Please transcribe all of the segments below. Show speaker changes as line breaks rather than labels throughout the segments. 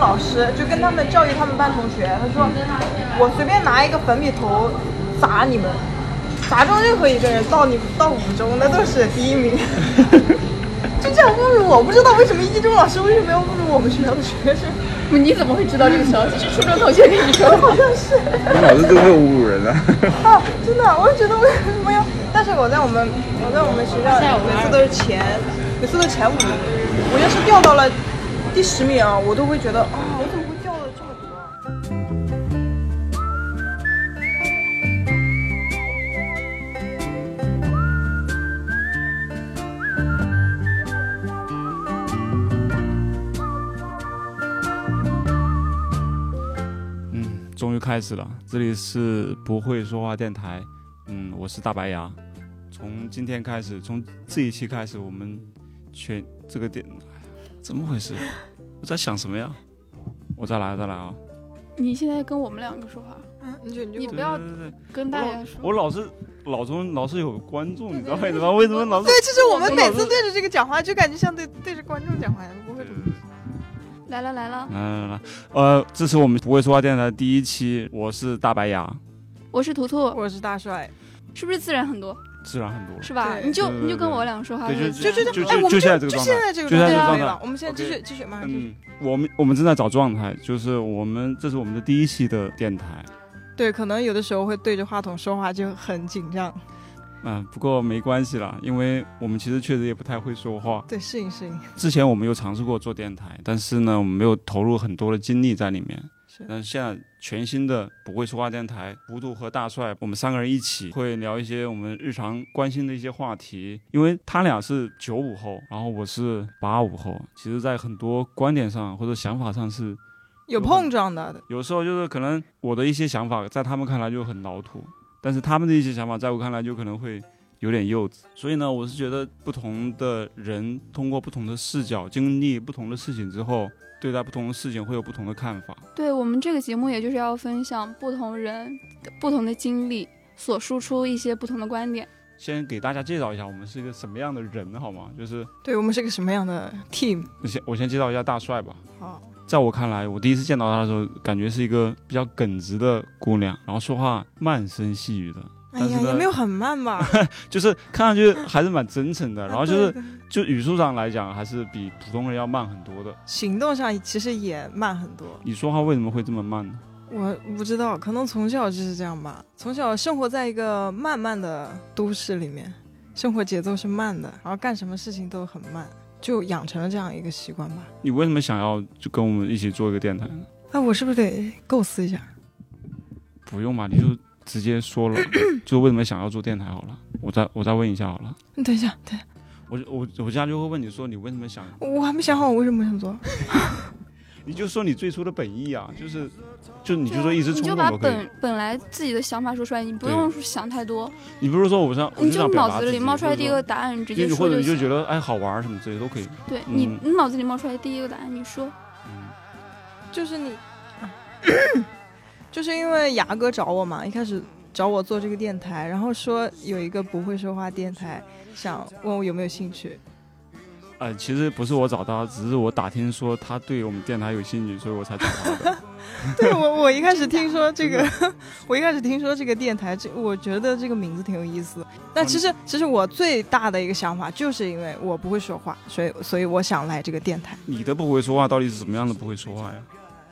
老师，就跟他们教育他们班同学，他说我随便拿一个粉笔头砸你们，砸中任何一个人到你到五中那都是第一名， 就这样侮辱我，不知道为什么一中老师为什么要侮辱我们学校的学生，
你怎么会知道这个消息？是初中同学跟你说的。
好像是。
你老师真会侮辱人啊！
啊，真的，我就觉得为什么要？但是我在我们我在我们学校每次都是前，每次都是前五名，我要是掉到了第十名啊，我都会觉得啊，我怎么会掉了这么多啊？
嗯，终于开始了，这里是不会说话电台。嗯，我是大白牙。从今天开始，从这一期开始，我们全这个电，哎呀，怎么回事？我在想什么呀？我再来，再来啊！
你现在跟我们两个说话，
嗯，你就你
你
就
不
对
要
对对对，
跟大家说。
我老是脑中老是有观众，你知道为什么？为什么老是？
对，就是我们每次对着这个讲话，就感觉像对对着观众讲话一样，不会
对
怎
对
么
对
来了来了，
来来来，呃，这是我们不会说话电台的第一期，我是大白牙，
我是图图，
我是大帅，
是不是自然很多？
自然很多了。
是吧？
对
你就
对对
你就跟
对
我俩说话，
对
会
就
就
自
就
然
就
就
哎，我们
就现在
就
这个状态
现在这个
就现在
可
这个
以
状态
啊了，我们现在继续继续，马上继续。
嗯，我们我们正在找状态，就是我们这是我们的第一期的电台，
对，可能有的时候会对着话筒说话就很紧张，
嗯、不过没关系啦，因为我们其实确实也不太会说话。
对，适应适应。
之前我们有尝试过做电台，但是呢，我们没有投入很多的精力在里面。
是
但是现在全新的不会说话电台，糊涂和大帅，我们三个人一起会聊一些我们日常关心的一些话题。因为他俩是九五后，然后我是八五后，其实在很多观点上或者想法上是
有碰撞的，
有时候就是可能我的一些想法，在他们看来就很老土，但是他们的一些想法，在我看来就可能会有点幼稚。所以呢，我是觉得不同的人通过不同的视角经历不同的事情之后，对待不同的事情会有不同的看法。
对我们这个节目，也就是要分享不同人、不同的经历，所输出一些不同的观点。
先给大家介绍一下我们是一个什么样的人，好吗？就是
对我们是个什么样的 team？
先我先介绍一下大帅吧。
好，
在我看来，我第一次见到她的时候，感觉是一个比较耿直的姑娘，然后说话慢声细语的，
哎
但
呀，
是呢
也没有很慢吧，
就是看上去还是蛮真诚 的。然后就是
对对
就语速上来讲，还是比普通人要慢很多的。
行动上其实也慢很多。
你说话为什么会这么慢呢？
我不知道，可能从小就是这样吧，从小生活在一个慢慢的都市里面，生活节奏是慢的，然后干什么事情都很慢，就养成了这样一个习惯吧。
你为什么想要就跟我们一起做一个电台呢？
那我是不是得构思一下？
不用吧，你就直接说了， 就为什么想要做电台好了。我再我再问一下好了，
你嗯等一下，等一下，
我我我家就会问你说你为什么想，
我还没想好我为什么想做。
你就说你最初的本意啊，就是就你就说一时
啊你
冲
就
动
把
都可以
本。本来自己的想法说出来，你不
对
用想太多，
你不是说我想，我
你
想表达
脑子
自
里
己
冒出来
或者
第一
说
个答案，你直接
就你
说
或者你就
行。
觉得哎好玩儿什么之类的都可以。
对你，
嗯
你脑子里冒出来第一个答案，你说。
嗯，
就是你，就是因为牙哥找我嘛，一开始找我做这个电台，然后说有一个不会说话电台，想问我有没有兴趣。
呃，其实不是我找他，只是我打听说他对我们电台有兴趣，所以我才找他的。
对我，我一开 始听说这个，
嗯
我一开始听说这个电台，这我觉得这个名字挺有意思的。但其
嗯
实，其实我最大的一个想法，就是因为我不会说话，所以所以我想来这个电台。
你的不会说话到底是怎么样的不会说话呀？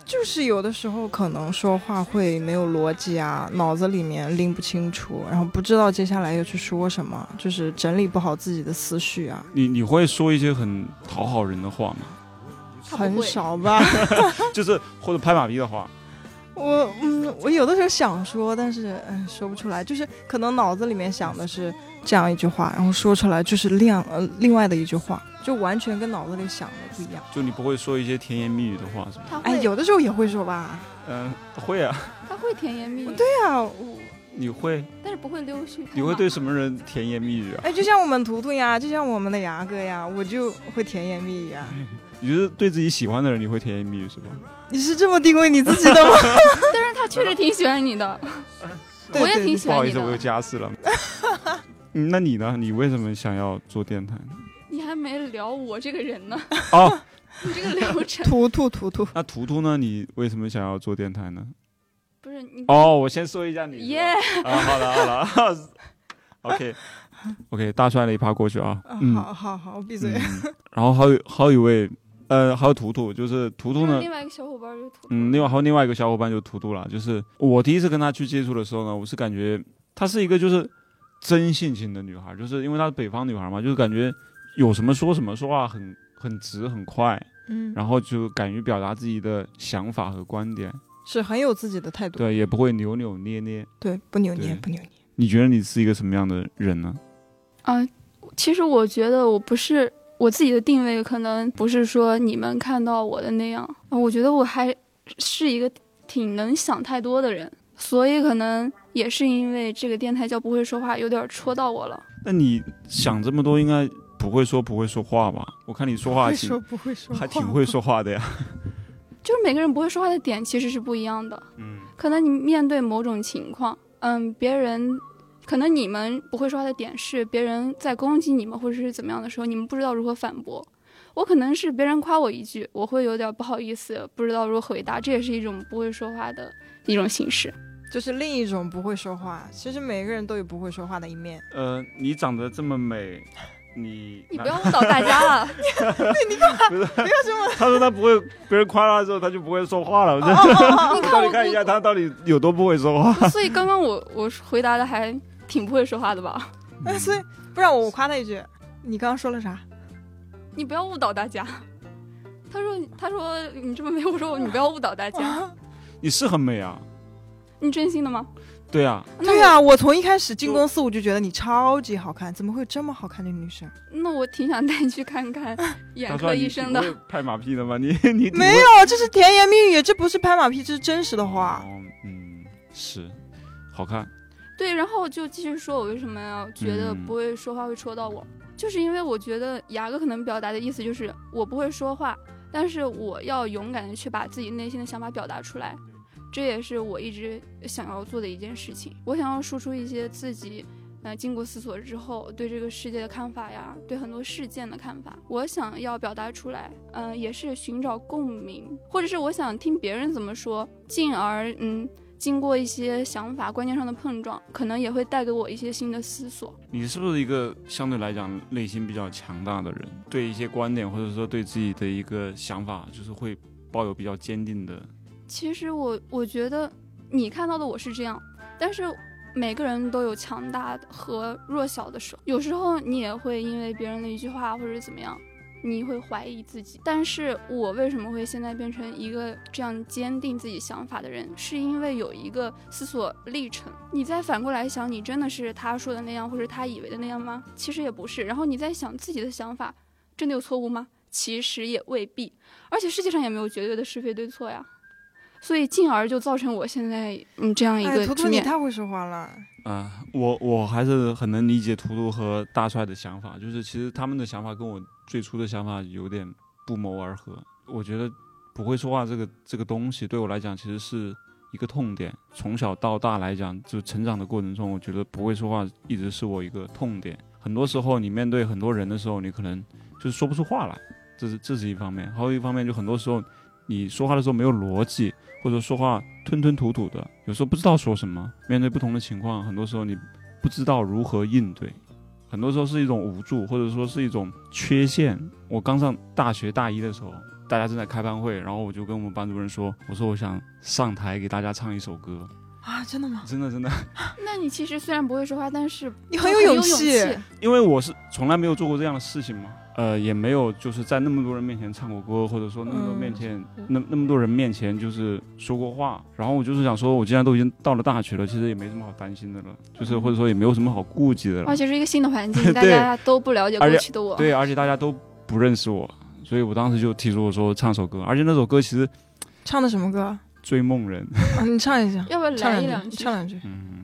就是有的时候可能说话会没有逻辑啊，脑子里面拎不清楚，然后不知道接下来要去说什么，就是整理不好自己的思绪啊，
你你会说一些很讨好人的话 吗？
他不
很
会
少吧。
就是或者拍马屁的话，
我嗯，我有的时候想说，但是嗯说不出来，就是可能脑子里面想的是这样一句话，然后说出来就是另呃另外的一句话，就完全跟脑子里想的不一样。
就你不会说一些甜言蜜语的话是吧？
他会，
哎，有的时候也会说吧。
嗯、会啊，
他会甜言蜜语，
对呀、我
你 会
但是不会溜须。
你会对什么人甜言蜜语啊？
哎，就像我们图图呀，就像我们的牙哥呀，我就会甜言蜜语啊。
你就是对自己喜欢的人你会甜言蜜语是吧？
你是这么定位你自己的 吗？
但是他确实挺喜欢你 的，
对
我也
对
挺
对
喜
不好
欢
意
你
思，我有
的。
家室 了。嗯 那你呢？你为什么想要做电台呢？
你还没聊我这个人呢，
哦，
这个流程
图图图图，
那图图呢？你为什么想要做电台呢？
不是你
哦，我先说一下你。
耶、
啊，好了好 了，OK OK，大帅了一趴过去啊。
嗯，
嗯，
好好好，我闭嘴。
嗯 然后还有还有一位，呃，还有图图，就是图图
就是
呢
另，外一个小伙伴儿就吐。
嗯，另外还有另外一个小伙伴就是图图了，就是我第一次跟她去接触的时候呢，我是感觉她是一个就是真性情的女孩，就是因为她是北方女孩嘛，就是感觉有什么说什么，说话很很直很快，
嗯，
然后就敢于表达自己的想法和观点，
是很有自己的态度，
对，也不会扭扭捏捏。
对，不扭捏，
对
不扭捏。
你觉得你是一个什么样的人呢？
啊、其实我觉得我不是我自己的定位，可能不是说你们看到我的那样啊、我觉得我还是一个挺能想太多的人，所以可能也是因为这个电台叫不会说话，有点戳到我了。
那你想这么多，应该不会说不会说话吧？我看你说话还
会
挺
说不会说话，
还挺会说话的呀。
就是每个人不会说话的点其实是不一样的，
嗯，
可能你面对某种情况，嗯，别人。可能你们不会说话的点是别人在攻击你们或者是怎么样的时候，你们不知道如何反驳。我可能是别人夸我一句，我会有点不好意思，不知道如何回答，这也是一种不会说话的一种形式。
就是另一种不会说话。其实每个人都有不会说话的一面。
呃，你长得这么美，你
你不要误导大家啊 了，
他说他不会，别人夸他的时候他就不会说话了。我这、
哦你
到
看
底看一
我
下他到底有多不会 说话。
我，所以刚刚我我回答的还挺不会说话的吧？
哎， 所以不然我夸他一句，你刚刚说了啥？
你不要误导大家。他说他说你这么美，我说你不要误导大家，
你是很美啊，
你真心的吗？
对啊，
那
对
我
啊，我从一开始进公司我就觉得你超级好看，怎么会有这么好看的女生？
那我挺想带你去看看眼
他
科
说
医
你
生
挺
的。
会拍马屁的吗？你 你挺会
没有，这是甜言蜜语，这不是拍马屁，这是真实的话。
哦嗯，是，好看。
对，然后就继续说我为什么要觉得
嗯
不会说话会戳到我，就是因为我觉得牙哥可能表达的意思就是我不会说话，但是我要勇敢的去把自己内心的想法表达出来，这也是我一直想要做的一件事情。我想要输出一些自己。呃，经过思索之后，对这个世界的看法呀，对很多事件的看法，我想要表达出来，嗯、也是寻找共鸣，或者是我想听别人怎么说，进而嗯，经过一些想法、观念上的碰撞，可能也会带给我一些新的思索。
你是不是一个相对来讲内心比较强大的人？对一些观点或者说对自己的一个想法，就是会抱有比较坚定的。
其实我我觉得你看到的我是这样，但是每个人都有强大的和弱小的时候，有时候你也会因为别人的一句话或者怎么样，你会怀疑自己。但是我为什么会现在变成一个这样坚定自己想法的人，是因为有一个思索历程。你再反过来想，你真的是他说的那样，或者他以为的那样吗？其实也不是。然后你再想自己的想法，真的有错误吗？其实也未必，而且世界上也没有绝对的是非对错呀。所以进而就造成我现在嗯这样一
哎，
个
图
局
图你
面。
太会说话了，
啊、我我还是很能理解图图和大帅的想法，就是其实他们的想法跟我最初的想法有点不谋而合。我觉得不会说话这个这个东西对我来讲其实是一个痛点，从小到大来讲，就成长的过程中，我觉得不会说话一直是我一个痛点。很多时候你面对很多人的时候，你可能就是说不出话来，这是这是一方面；还有一方面就很多时候你说话的时候没有逻辑，或者说话吞吞吐吐的，有时候不知道说什么。面对不同的情况，很多时候你不知道如何应对，很多时候是一种无助，或者说是一种缺陷。我刚上大学大一的时候，大家正在开班会，然后我就跟我们班主任说：“我说我想上台给大家唱一首歌。
啊，真的”吗？
真的真的，
那你其实虽然不会说话，但是
你
就
很
很
有勇
勇
气
因为我是从来没有做过这样的事情嘛，呃，也没有就是在那么多人面前唱过歌，或者说那么多面前、那那么多人面前就是说过话。然后我就是想说，我既然都已经到了大学了，其实也没什么好担心的了，就是或者说也没有什么好顾忌的了。
而且是一个新的环境，
对
大家都不了解
而
过
且
去的我。
对，而且大家都不认识我，所以我当时就提出我说唱首歌，而且那首歌其实《
唱的什么歌？啊，
追梦人》。
你唱一下，
要不要
唱
来一
两
两
句，
句？
唱两句。
嗯，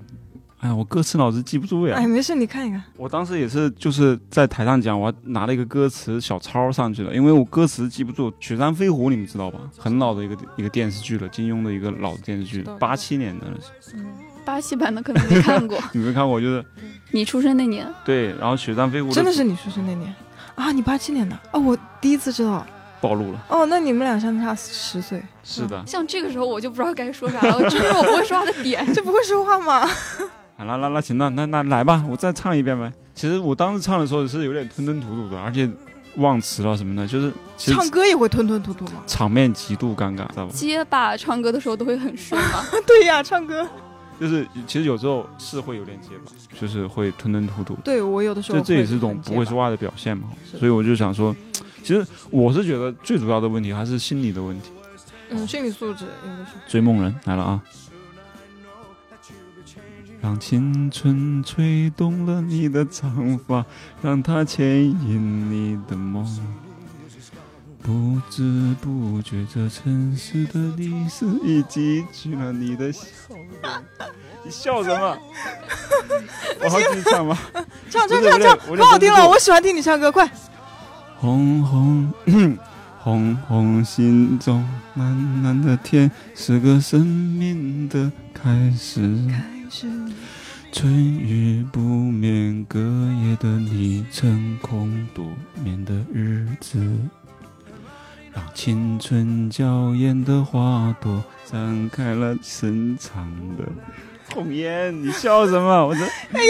哎呀，我歌词老是记不住呀。
哎，没事，你看一看。
我当时也是就是在台上讲，我还拿了一个歌词小抄上去的，因为我歌词记不住。《雪山飞狐》你们知道吧？很老的一个一个电视剧了，金庸的一个老电视剧
知道，
八七年的，
嗯
巴西版的可能没看 过，
你没看过就是
你出生那年，
对。然后《雪山飞狐》
哦真的是你出生那年啊？你八七年的啊？我第一次知道，
暴露了。
哦，那你们俩相差十岁，
是的，
像这个时候我就不知道该说啥了，这是我不会说话的点。
这不会说话吗？
好啦啦啦，行，那那那来吧，我再唱一遍呗。其实我当时唱的时候是有点吞吞吐吐的，而且忘词了什么的，就是其实
唱歌也会吞吞吐吐 吗？
场面极度尴尬，知道吧？
结巴唱歌的时候都会很顺 嘛，
对呀，唱歌。
就是其实有时候是会有点结巴，就是会吞吞吐吐。
对我有的时候
这
会
这也是一种
很
不会
结巴
说话的表现嘛。
是
所以我就想说，其实我是觉得最主要的问题还是心理的问题。
嗯，心理素质有的时候。
追梦人来了啊！让青春吹动了你的长发，让它牵引你的梦。不知不觉，这城市的历史已记取了你的笑容。你笑什么？我好啊继续唱吧。
唱
不
唱
是
唱唱，
我有点我有
可好听
点绷
了，
不住
我喜欢听你唱歌，快！
红红 红红心中蓝蓝的天，是个生命的开始。春雨不眠，隔夜的你，成空独眠的日子，让青春娇艳的花朵展开了深长的。红颜，你笑什 么？我这
可以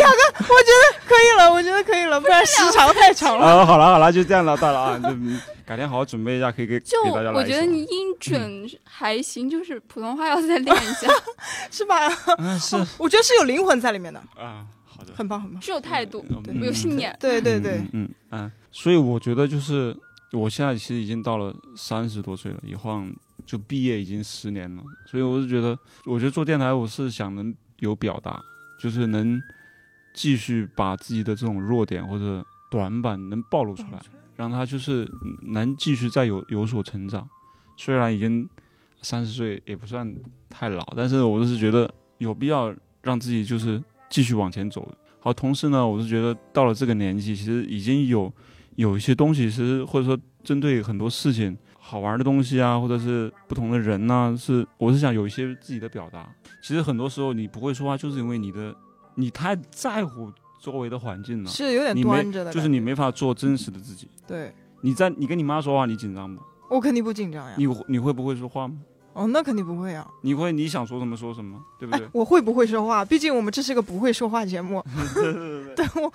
了，我觉得可以了，不 然时长太
哦
长了。
啊，好了好了，就这样了，到了啊，就改天好好准备一下，可以给
就
给大家来
我
一
觉得
首
你音准还行，就是普通话要再练一 下，
是吧？
啊是
我觉得是有灵魂在里面的，
啊，好的，
很棒很棒。
只有态度，
嗯
有信念。
对对对，
嗯嗯嗯啊，所以我觉得就是我现在其实已经到了三十多岁了，一晃就毕业已经十年了，所以我是觉得，我觉得做电台我是想能有表达，就是能继续把自己的这种弱点或者短板能暴露出来，让他就是嗯能继续再有有所成长。虽然已经三十岁也不算太老，但是我就是觉得有必要让自己就是继续往前走。好，同时呢，我是觉得到了这个年纪，其实已经有有一些东西，其实或者说针对很多事情好玩的东西啊，或者是不同的人呐、是我是想有一些自己的表达。其实很多时候你不会说话，就是因为你的你太在乎周围的环境了，
是有点
你
端
没
着的感觉，
就是你没法做真实的自己。
对。
你在你跟你妈说话，你紧张不？
我肯定不紧张呀。
你你会不会说话吗？
哦，那肯定不会啊。
你会你想说什么说什么，对不
哎
对？，
我会不会说话？毕竟我们这是个不会说话节目。
对对对 对。
但我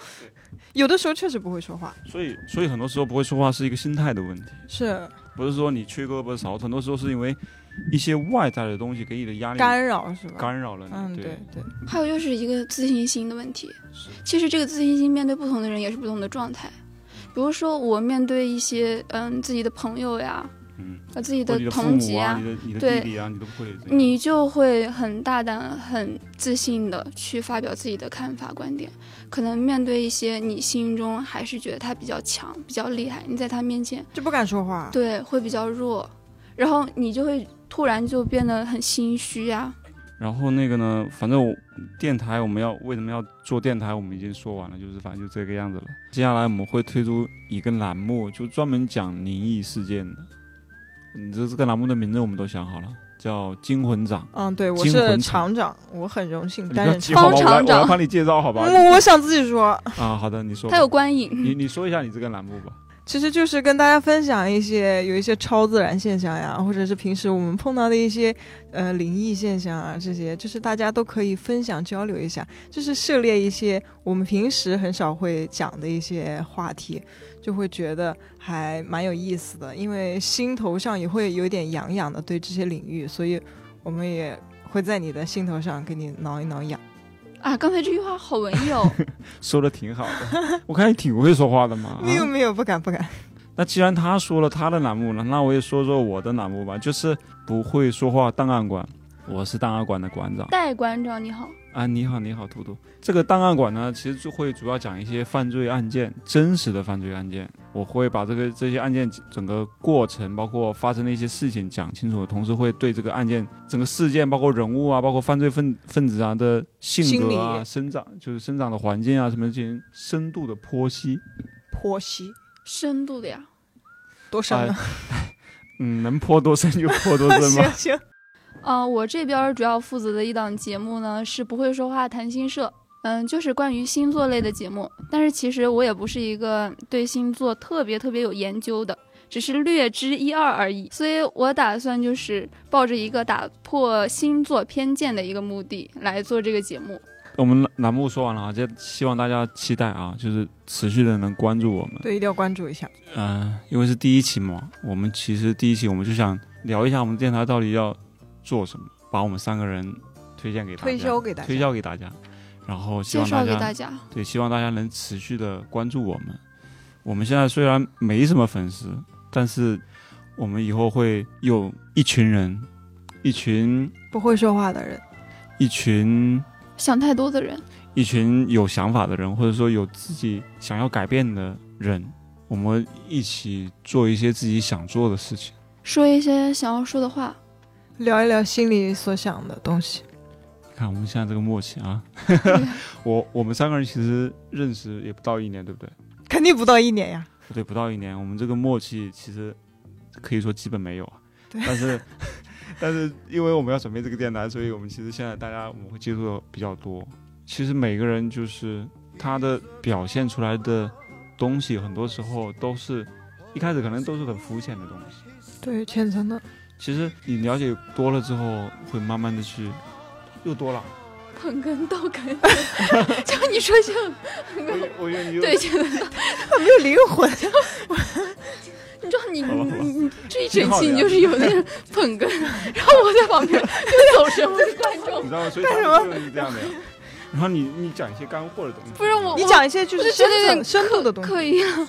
有的时候确实不会说话，
所以所以很多时候不会说话是一个心态的问题，
是
不是说你缺胳膊少腿，很多时候是因为一些外在的东西给你的压力
干扰是吧？
哎干扰了你。
嗯，
对
对对，
还有就是一个自信心的问题。其实这个自信心面对不同的人也是不同的状态。比如说我面对一些嗯自己的朋友呀，
嗯，
呃自己
或者
的
你的父
同
母
级
啊，你的你的
对
弟弟啊，你都不会这样。
你就会很大胆、很自信的去发表自己的看法、观点。可能面对一些你心中还是觉得他比较强、比较厉害，你在他面前
就不敢说话。
对会比较弱，然后你就会突然就变得很心虚呀、
然后那个呢，反正我电台我们要为什么要做电台，我们已经说完了，就是反正就这个样子了。接下来我们会推出一个栏目，就专门讲灵异事件的。你这这个栏目的名字我们都想好了，叫《惊魂掌
嗯，对，我
惊魂
是
场
厂长，我很荣幸》。担
你要
任
记
厂
好
长。
方
吧，我
厂
来我
长
来帮你介绍好吧？
嗯，我想自己说，
啊，好的，你说吧。
他有观影，
你你说一下你这个栏目吧。
其实就是跟大家分享一些有一些超自然现象呀，或者是平时我们碰到的一些呃灵异现象啊，这些就是大家都可以分享交流一下，就是涉猎一些我们平时很少会讲的一些话题，就会觉得还蛮有意思的，因为心头上也会有点痒痒的对这些领域，所以我们也会在你的心头上给你挠一挠痒。
啊！刚才这句话好文艺哦，
说的挺好的，我看你挺会说话的 嘛。
没有
啊
没有，不敢不敢。
那既然他说了他的栏目了，那我也说说我的栏目吧，就是不会说话档案馆，我是档案馆的馆长
戴馆长你好，
啊。你好，你好，兔兔。这个档案馆呢，其实就会主要讲一些犯罪案件，真实的犯罪案件。我会把这个这些案件整个过程，包括发生的一些事情讲清楚，同时会对这个案件整个事件，包括人物啊，包括犯罪分分子啊的性格
心
啊、
理
生长就是生长的环境啊什么进行深度的剖析。
剖析
深度的呀。
多深
哎
呢？
嗯，能泼多深就泼多 深
行
吧。
行，
啊、我这边儿主要负责的一档节目呢是不会说话谈心社，嗯，就是关于星座类的节目。但是其实我也不是一个对星座特别特别有研究的，只是略知一二而已。所以我打算就是抱着一个打破星座偏见的一个目的来做这个节目。
我们栏目说完了啊，这希望大家期待啊，就是持续的能关注我们。
对，一定要关注一下。
嗯、因为是第一期嘛，我们其实第一期我们就想聊一下我们电台到底要做什么，把我们三个人推荐给大家，
推销给大家
推销给大家，然后希
介
望大
绍给
家
大家，
对，希望大家能持续的关注我们。我们现在虽然没什么粉丝，但是我们以后会有一群人，一群
不会说话的人，
一群
想太多的人，
一群有想法的人，或者说有自己想要改变的人，我们一起做一些自己想做的事情。
说一些想要说的话。
聊一聊心里所想的东西。
看我们现在这个默契啊，我我们三个人其实认识也不到一年，对不对？
肯定不到一年呀，
不对，不到一年，我们这个默契其实可以说基本没有啊。
对
但是但是因为我们要准备这个电台，所以我们其实现在大家我们会接触的比较多。其实每个人就是他的表现出来的东西，很多时候都是一开始可能都是很肤浅的东西。
对，浅层的。
其实你了解多了之后，会慢慢的去又多了。
捧哏逗哏， 就你说就
我我觉得你又
对，就
没有灵 魂，
你知道你
好吧好吧
你你这一
信
整
号
期
源
你就是有那种捧哏，然后我在旁边就走神，我是观众
你，知道吗？所以他们就是这样的呀。然后你你讲一些干货的东西，
不是我
你
我
讲一些就是
我就觉
深
得有点
层深度的东西，
可以啊，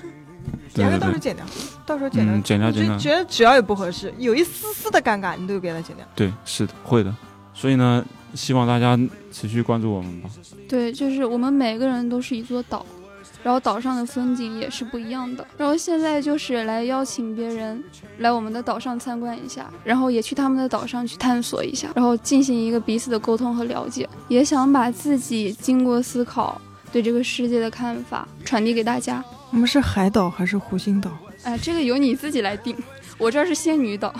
对
然后到
对
时候
对，
剪掉，到时候剪掉。
嗯，剪掉
我
剪
就
掉，
觉得只要有不合适，有一丝丝的尴尬，你都给它剪掉。
对，是的，会的。所以呢，希望大家持续关注我们吧。
对，就是我们每个人都是一座岛，然后岛上的风景也是不一样的。然后现在就是来邀请别人来我们的岛上参观一下，然后也去他们的岛上去探索一下，然后进行一个彼此的沟通和了解，也想把自己经过思考对这个世界的看法传递给大家。
我们是海岛还是湖心岛？
啊、这个由你自己来定，我这儿是仙女岛。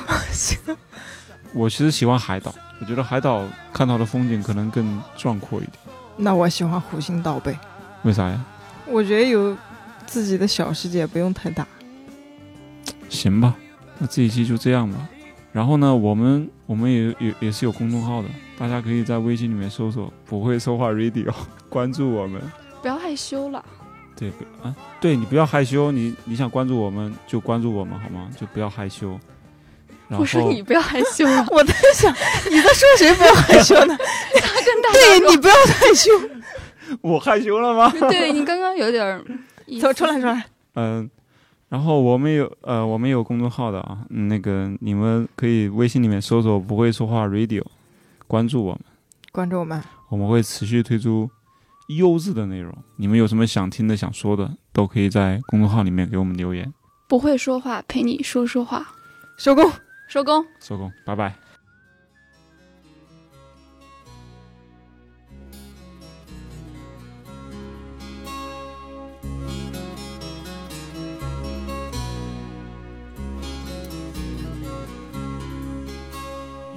我其实喜欢海岛，我觉得海岛看到的风景可能更壮阔一点。
那我喜欢湖心岛呗，
为啥呀？
我觉得有自己的小世界，不用太大。，
行吧，那这一期就这样吧。然后呢，我们我们也也也是有公众号的，大家可以在微信里面搜索“不会说话 Radio”，关注我们。
不要害羞了，
对不啊，对你不要害羞，你你想关注我们就关注我们好吗？就不要害羞。然后
我说你不要害羞了
我在想，你在说谁不要害羞呢？
跟 大
对
家
你不要害羞，
我害羞了吗？
说，对你刚刚有点儿意 思，
走出来出来。
嗯、然后我们有呃，我们有公众号的啊，嗯那个你们可以微信里面搜索“不会说话 Radio”，关注我们，
关注我们，
我们会持续推出优质的内容。你们有什么想听的、想说的，都可以在公众号里面给我们留言。
不会说话，陪你说说话。
收工。
收工。
收工，拜拜。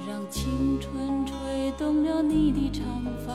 让青春吹动了你的长发，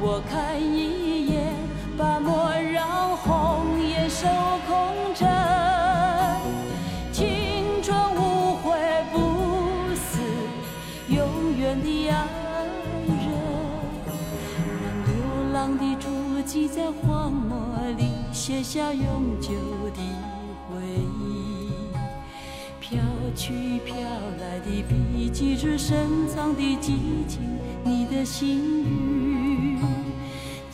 我看一眼，把莫让红颜守空枕。青春无悔不死，永远的爱人。让流浪的足迹在荒漠里写下永久的回忆。飘去飘来的笔迹是深藏的激情，你的心语。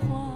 怀。